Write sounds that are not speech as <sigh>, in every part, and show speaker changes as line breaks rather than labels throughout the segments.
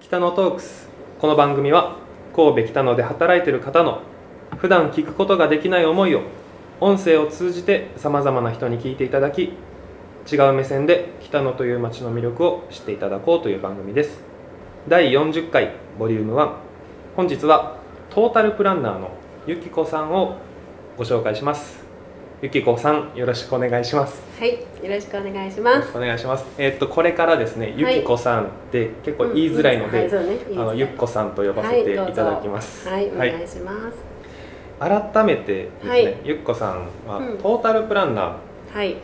北野トークスこの番組は神戸北野で働いている方の普段聞くことができない思いを音声を通じてさまざまな人に聞いていただき違う目線で北野という街の魅力を知っていただこうという番組です第40回ボリューム1本日はトータルプランナーのゆきこさんをご紹介しますゆきこさんよろしくお願いします
はい、よろしくお願いし
よ
ま
ろし
す。
くお願いします。えっとこれからですね、ゆきこさんって結構言いづらいので、
うんはい、そうね、
あのゆっこさんと呼ばせていただきます。
はい、お願いします。
改めてですね、
はい
ゆっこさんは、
うん
トータルプランナー
はい、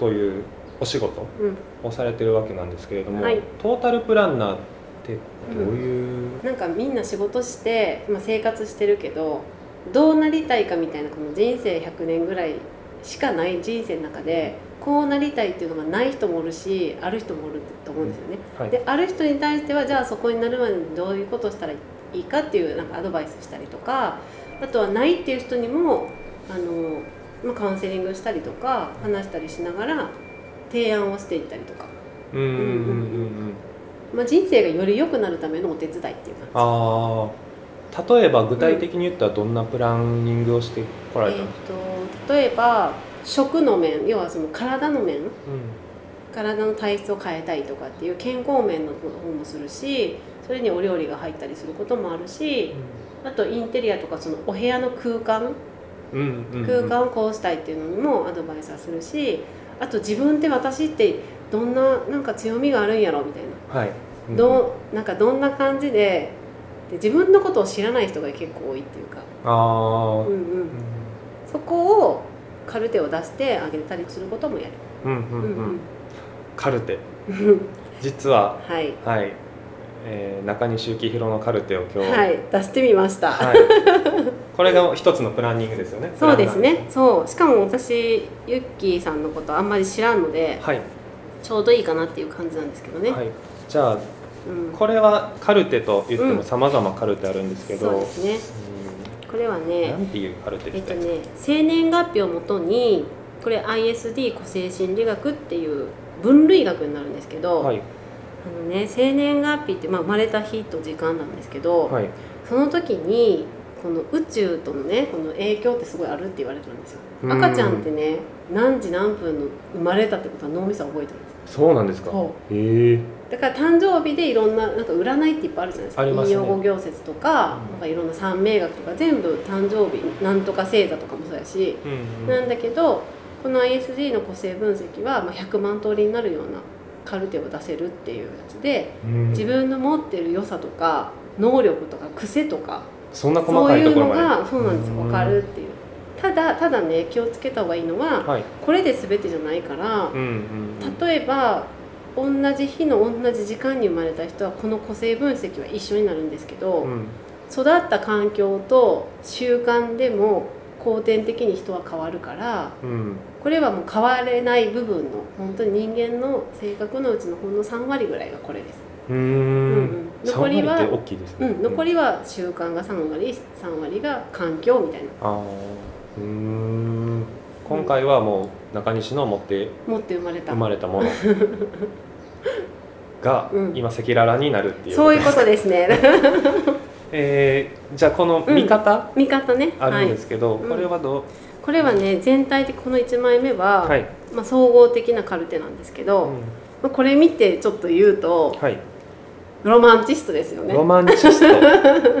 というお仕事
うん、
をされてるわけなんですけれども、
はい
トータルプランナーってどういう、
なんかみんな仕事して、まあ、生活してるけど。どうなりたいかみたいな、この人生100年ぐらいしかない人生の中で。こうなりたいっていうのがない人もおるし、ある人もおると思うんですよね。
はい
で、ある人に対しては、じゃあ、そこになるまでにどういうことをしたらいいかっていう、なんかアドバイスしたりとか。あとはないっていう人にもあの、まあ、カウンセリングしたりとか話したりしながら提案をしていったりとか、
うんうんうんうんうん。
まあ、人生がより良くなるためのお手伝いっていう感
ああ、例えば具体的に言ったらどんなプランニングをしてこられ
じ、え
たん
ー
ですか。、
と例えば食の面要はその体の面体の体質を変えたいとかっていう健康面の方もするしそれにお料理が入ったりすることもあるしあとインテリアとかそのお部屋の空間
うんうんうんうん
空間をこうしたいっていうのにもアドバイスはするしあと自分って私ってどんななんか強みがあるんやろみたいな
はい。うん
どうなんかどんな感じでで自分のことを知らない人が結構多いっていうか、
ああ
う。んう
うん
ん、そこをカルテを出してあげたりすることもやる、
うんう
うん
うん。
ん
カルテ
うん、
<laughs> 実は
はい、
はい、えー中西幸宏のカルテを今日、
はい、出してみました、
はいこれが一つのプランニングですよね
<laughs> そうです
プラン
ね
ナ
そうしかも私ユッキーさんのことあんまり知らんので
ーはい、
ちょうどいいかなっていう感じなんですけどね、
はい、じゃあ
うん、
これはカルテと言って
う
も
ん
様々カルテあるんですけど、
そううんですねこれはね
なんていうカルテ
え
で
っ
した
と
っけ、
ね、生年月日をもとにこれ ISD 個性心理学っていう分類学になるんですけど、
はい
あのね、生年月日って、まあ、生まれた日と時間なんですけど、
はい
その時にこの宇宙とのねこの影響ってすごいあるって言われてるんですよ
うん
赤ちゃんってね何時何分の生まれたってことは脳みそは覚えてるんですよ
そうなんですか
そ
えー、
だから誕生日でいろんななんか占いっていっぱいあるじゃないですか
ありますね
引用語行説とか,、
うん
なんかいろんな三名学とか全部誕生日なんとか星座とかもそうやし
うんうん
なんだけどこの ISD の個性分析はまあ100万通りになるようなカルテを出せるっていうやつで
うん
自分の持ってる良さとか能力とか癖とか
そんな細
そう
かい
い
と
う
ころ
の
まで
がそうなんですよ
うん
分かるっていうただただね気をつけた方がいいのは
はい
これで全てじゃないから
うんうんうん
例えば同じ日の同じ時間に生まれた人はこの個性分析は一緒になるんですけど
うん
育った環境と習慣でも後天的に人は変わるから
うん
これはもう変われない部分の本当に人間の性格のうちのほんの3割ぐらいがこれです、
うー
うん
ん
うん
3
残りは
割って大きいです
う
ね、
ん、残りは習慣が3割3割が環境みたいな
あーうーん今回はもう中西の持って
持って生まれた
生まれた <laughs> ものが
うん
今赤裸々になるっていう
そういうことですね <laughs>
えーじゃあこの見方
見方ね
あ
は
るん
い
で、すけど、
はい
これはど
これはね全体的この1枚目
う
は、
はい、
まあ、総合的なカルテなんですけど、
うん
まあ、これ見てちょっと言うと
はい、
ロマンチストですよね
ロマンチス
<laughs>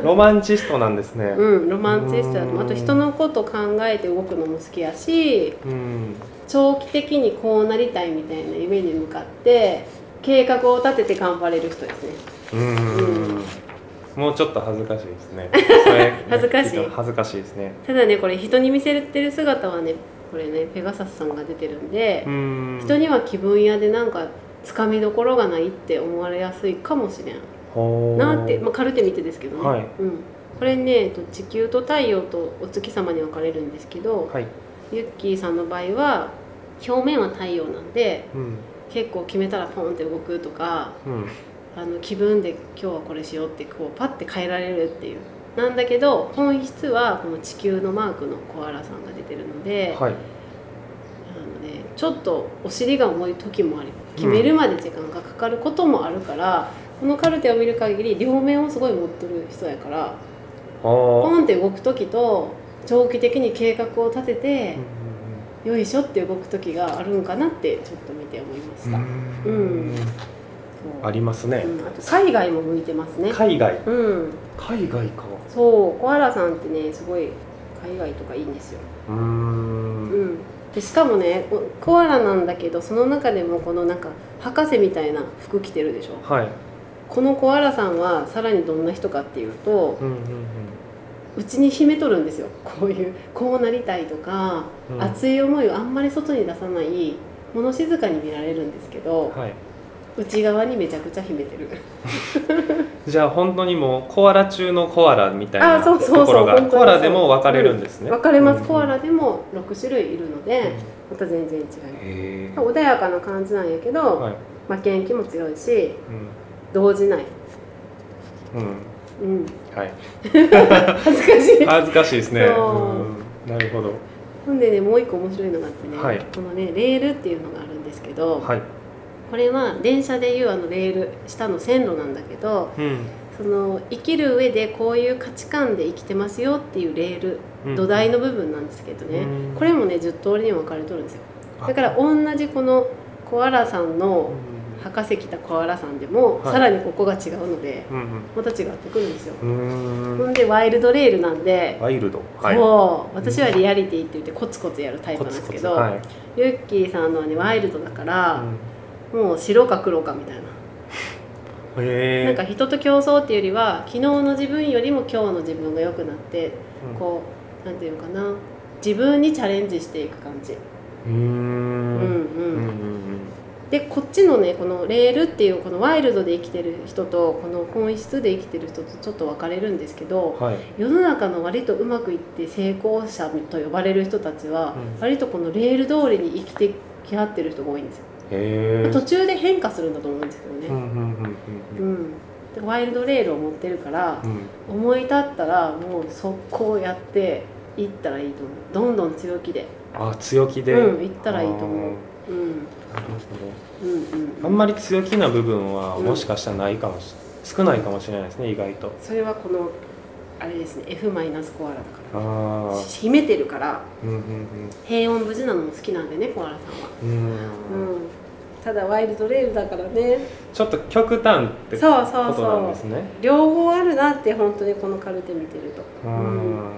ト ロマンチストなんですね
うん、ロマンチストだ
うん
とあと人のこと考えて動くのも好きやし
うん
長期的にこうなりたいみたいな夢に向かって計画を立てて頑張れる人ですね
うーん
うん
もうちょっと恥ずかしいですねそれ
<laughs> 恥ずかしい
聞と恥ずかしいですね
ただねこれ人に見せてる姿はねこれねペガサスさんが出てるんで
う、ん
人には気分屋でなんかつかみどころがないって思われやすいかもしれん
ほー
なって、まあ、カルテ見てですけどね、
はい
うん、これねえっと地球と太陽とお月様に分かれるんですけど、
はい、
ユッキーさんの場合は表面は太陽なんで
うん
結構決めたらポンって動くとか
うん
あの気分で今日はこれしようってこうパッて変えられるっていうなんだけど本質はこの地球のマークのコアラさんが出てるので、
はい
あのね、ちょっとお尻が重い時もあり決めるまで時間がかかることもあるから、このカルテを見る限り両面をすごい持ってる人やから
あー
ポンって動く時と長期的に計画を立てて
うんうん、
よいしょって動く時があるんかなってちょっと見て思いました、
う
うん
ん
そう
ありますね、
うん、あと海外も向いてますね
海外
うん
海外か
そう小原さんってねすごい海外とかいいんですよ、
うー
うんん、でしかもねこコアラなんだけどその中でもこのなんか博士みたいな服着てるでしょ
はい
このコアラさんはさらにどんな人かっていうと
うんうん
うちに秘めとるんですよこういうこうなりたいとか、
うんうん
熱い思いをあんまり外に出さない物静かに見られるんですけど
はい
内側にめちゃくちゃ秘めてる
じゃあ本当にもうコアラ中のコアラみたいな
あ
と
そうそうそう
ころが
本当にそう
コアラでも分かれるんですね、
分かれます、
うん
コアラでも6種類いるの
うん
でまた全然違います
へえ
穏やかな感じなんやけど、
はい
負けん気も強いし
う
動じない、
ん、うん、
うん、
はい
恥ずかしい
恥ずかしいですね
そう
うんなるほど
ほんでねもう一個面白いのがあってね、
はい
このねレールっていうのがあるんですけど、
はい
これは電車でいうあのレール下の線路なんだけど
うん
その生きる上でこういう価値観で生きてますよっていうレール、
うん
土台の部分なんですけどね、
うん
これもね10通りに分かれとるんですよ
あ
だから同じこのコアラさん
う
の
ん
博士来たコアラさんでも、
はい
さらにここが違うので
うん
また違ってくるんですよ
うんう
ほ
ーん
んでワイルドレールなんで、
ワイルドはい
そう私はリアリティって言ってコツコツやるタイプ
コ
なんで
ツ
す
コ
け
ツ
ど、
はい
ユッキーさんのはねワイルドだか
う
ら、
ん
もう白か黒かみたいな、
へえ
なんか人と競争っていうよりは昨日の自分よりも今日の自分が良くなってこうなんていうのかな自分にチャレンジしていく感じ、
うんうー
う
ん
んうん
うんうんうん
でこっちのねこのレールっていうこのワイルドで生きてる人とこの本質で生きてる人とちょっと分かれるんですけど、
はい
世の中の割とうまくいって成功者と呼ばれる人たちは、
うん
割とこのレール通りに生きてきはってる人が多いんですよ、
へえ
途中で変化するんだと思うんですけど
う
ね、
んうんうん
うんでワイルドレールを持ってるから
う、ん
思い立ったらもう速攻やっていったらいいと思うどんどん強気で
あ強気で
うん行ったらいいと思う
あ
うん
ーなるほど
うんうんうん
あんまり強気な部分は
うん
もしかしたらないかもし、少ないかもしれないですね意外と
それはこのあれですね F マイナスコアラだから
ああ
秘めてるから
うんうん
平穏無事なのも好きなんでねコアラさんは
うんうん、
うん、ただワイルドレールだからね
ちょっと極端ってこ
そうそう
となん
そ
ですね
う両方あるなって本当にこのカルテ見てると、
う
うん
ん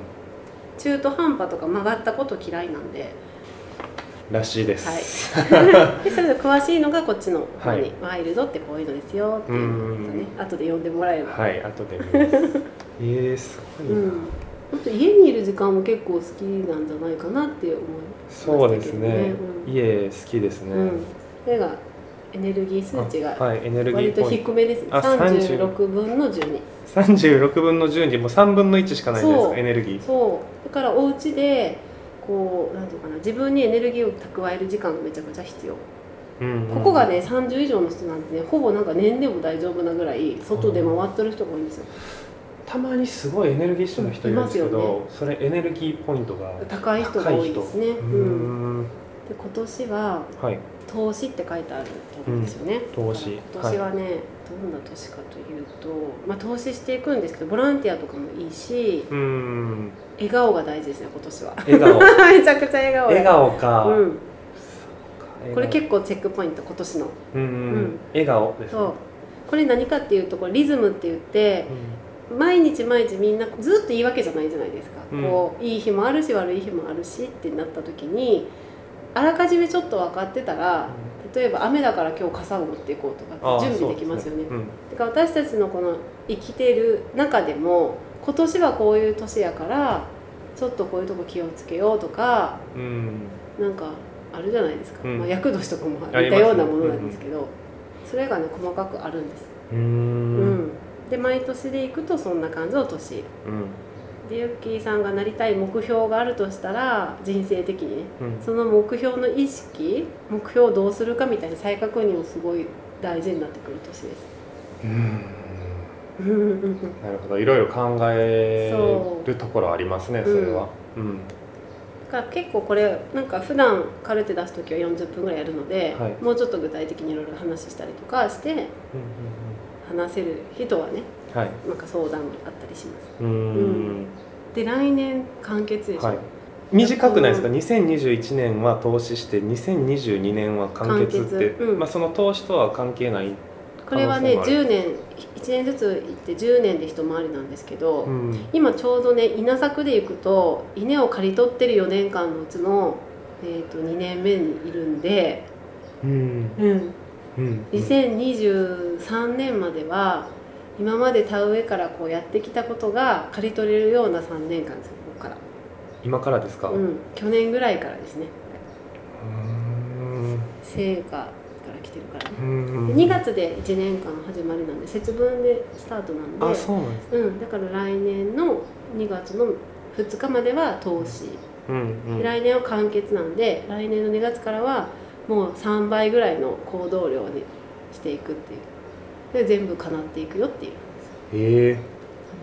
中途半端とか曲がったこと嫌いなんで,、
らしいです、
はい、でそれで詳しいのがこっちの方に、ワイルドってこういうのですよっていうのとね後で読んでもらえれ
<laughs>
ば、
はい、後で見
<laughs>
ます。えー、すごいな、
うんあと家にいる時間も結構好きなんじゃないかなって思いますけど
そうですね。
うん
家好きですね。
うん、それがエネルギー数値
あ
が
はい、エネルギ
割
ー
と
ポイント。
低めですね
あ30
36分の12
36分の10にもう3分の1しかないじゃないです
そう
か、エネルギー。
そうだからお家でこうなんていうかな自分にエネルギーを蓄える時間がめちゃくちゃ必要、
うんうん
ここがね30以上の人なんてねほぼなんか年でも大丈夫なぐらい外で回ってる人が多いんですよ
たまにすごいエネルギッシュな人いるんですけ
いますよ
ど、それエネルギーポイントが
高い人が
高
多
い
い
人。
ですね
うー
うん
ん
で今年は
はい、
投資って書いてあると思うんですよね、
投資
だから今年はね、どんな年かというと、まあ、投資していくんですけどボランティアとかもいいし
うーん、
笑顔が大事ですね今年は <laughs>
笑顔、
めちゃくちゃ笑顔
笑顔か。
うん、これ
笑
結構チェックポイント今年の
顔、うんうんう
うん
ん、笑顔ですね。
そうこれ何かっていうとこれリズムって言って毎日毎日みんなずっといいわけじゃないじゃないですか、
うん
こういい日もあるし悪い日もあるしってなった時にあらかじめちょっと分かってたら例えば雨だから今日傘を持っていこうとか
あー
って準備できますよね
そうで
だから私たちのこの生きてる中でも今年はこういう年やからちょっとこういうとこ気をつけようとか
すねうん、うん
なんかあるじゃないですか、
うん
まあ、厄年とかも似た
ありますね
ようなものなんですけどそれがね細かくあるんです、
うー
うん
ん
で毎年でいくとそんな感じの年
うん
でユッキーさんがなりたい目標があるとしたら人生的にね
うん
その目標の意識目標をどうするかみたいな再確認もすごい大事になってくる年です
<laughs> うん
うんうんうん
なるほどいろいろ考えるところありますね
そ
そうれは、うん
だから結構これなんか普段カルテ出す時は40分ぐらいやるので、
はい
もうちょっと具体的にいろいろ話したりとかして
うん
話せる人はね
はい
なんか相談もあったりします
うーん
うんで来年完結でしょ、
はい短くないですか2021年は投資して2022年は完結って
完結うん
まあ、その投資とは関係ない、
これはね
可能性も
10年1年ずつ行って10年で一回りなんですけど、
うん
今ちょうどね稲作で行くと稲を刈り取ってる4年間のうちの、えー、と2年目にいるんで、
うんうん、
2023年までは今まで田植えからこうやってきたことが刈り取れるような3年間ですここから、
今からですか、
うん、去年ぐらいからですね
うん
成果から来てるからね
うん
2月で1年間始まりなんで節分でスタートなんで
あそうなんです
うん、だから来年の2月の2日までは投資、
うんうん
来年は完結なんで来年の2月からはもう3倍ぐらいの行動量にしていくっていうで全部叶っていくよっていう、
ええ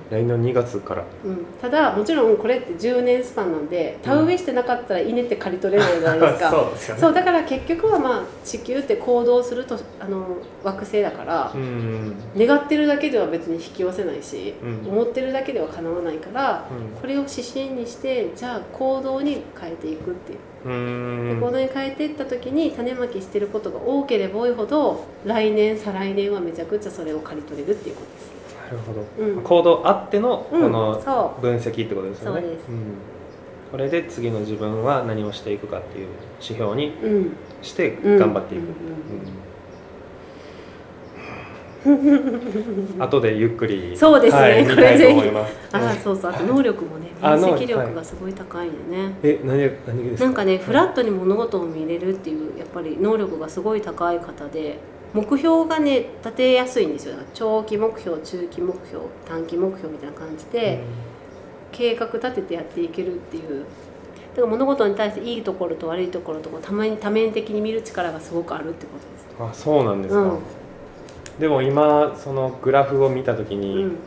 来年の2月から
うん、ただもちろんこれって10年スパンなんで田植えしてなかったら稲って刈り取れないじゃな
<laughs>
いですか、
うですよ
そうだから結局はまあ地球って行動するとあの惑星だから、
うん
願ってるだけでは別に引き寄せないし、
うん
思ってるだけでは叶わないから
うん
これを指針にしてじゃあ行動に変えていくっていう、
うん
行動に変えていった時に種まきしてることが多ければ多いほど来年再来年はめちゃくちゃそれを刈り取れるっていうことです
なるほど、
うん
行動あってのこ
う
の
んそ
分析ってことですよね
そうです
んこれで次の自分は何をしていくかっていう指標に
ううん
して
うん
頑張っていく、
うん
うん後でゆっくり
<laughs> そうですね
はい、
こ
見
れ
たいと思います
ああそうそうあと能力もね分
あ能力
析力がすごい高いんでね
え何何ですか
なんかねフラットに物事を見れるっていうやっぱり能力がすごい高い方で目標がね立てやすいんですよ長期目標中期目標短期目標みたいな感じで、計画立ててやっていけるっていうだから物事に対していいところと悪いところとこうたまに多面的に見る力がすごくあるってことです。
うんあそうなんですか、
うん
でも今そのグラフを見た時
う
に、
ん、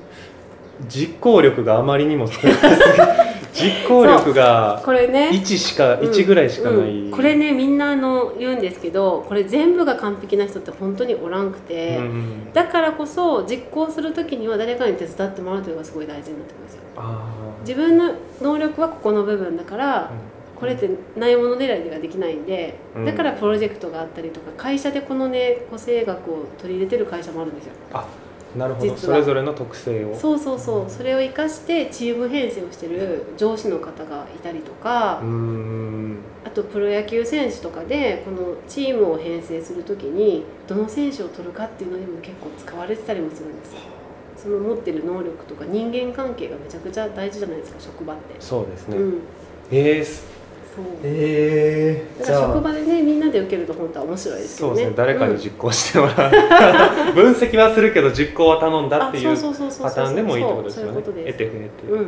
実行力があまりにも少ないで
<laughs>
すね実行力が
これね
1しか、
うん
1ぐらいしかない、
うんこれねみんなあの言うんですけどこれ全部が完璧な人って本当におらんくて、
うん
だからこそ実行する時には誰かに手伝ってもらうというのがすごい大事になってくるんですよ。
あー
自分の能力はここの部分だか
う
ら
ん
これってないもの狙いではできないんで
うん
だからプロジェクトがあったりとか会社でこのね個性学を取り入れてる会社もあるんですよ
あなるほど
実
そ
は
れぞれの特性を
そうそうそうそれを生かしてチーム編成をしてる上司の方がいたりとか
うーん
あとプロ野球選手とかでこのチームを編成する時にどの選手を取るかっていうのにも結構使われてたりもするんですよその持ってる能力とか人間関係がめちゃくちゃ大事じゃないですか職場って、
そうですね、
うん
えーす
そう
えー
だから職場でねみんなで受けると本当は面白いです
そ
よ
う
ね。
ですね誰かに
うん
実行してもらう、
<laughs>
分析はするけど実行は頼んだってい
あ
う
そうそうそうそう
パターンでもいいってことですよ
そう
ね
そういうこと
得
です。
て増えて、
うんうん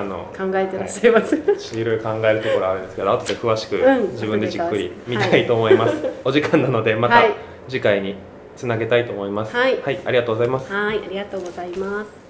はい
うん <laughs>
あの
うん考えてらっしゃいます。
いろいろ考えるところあるんですけど後で詳しく
うん
自分でじっくり見たいと思います、お時間なのでまた
はい
次回につなげたいと思います
はい
ありがとうございます
はいありがとうございます。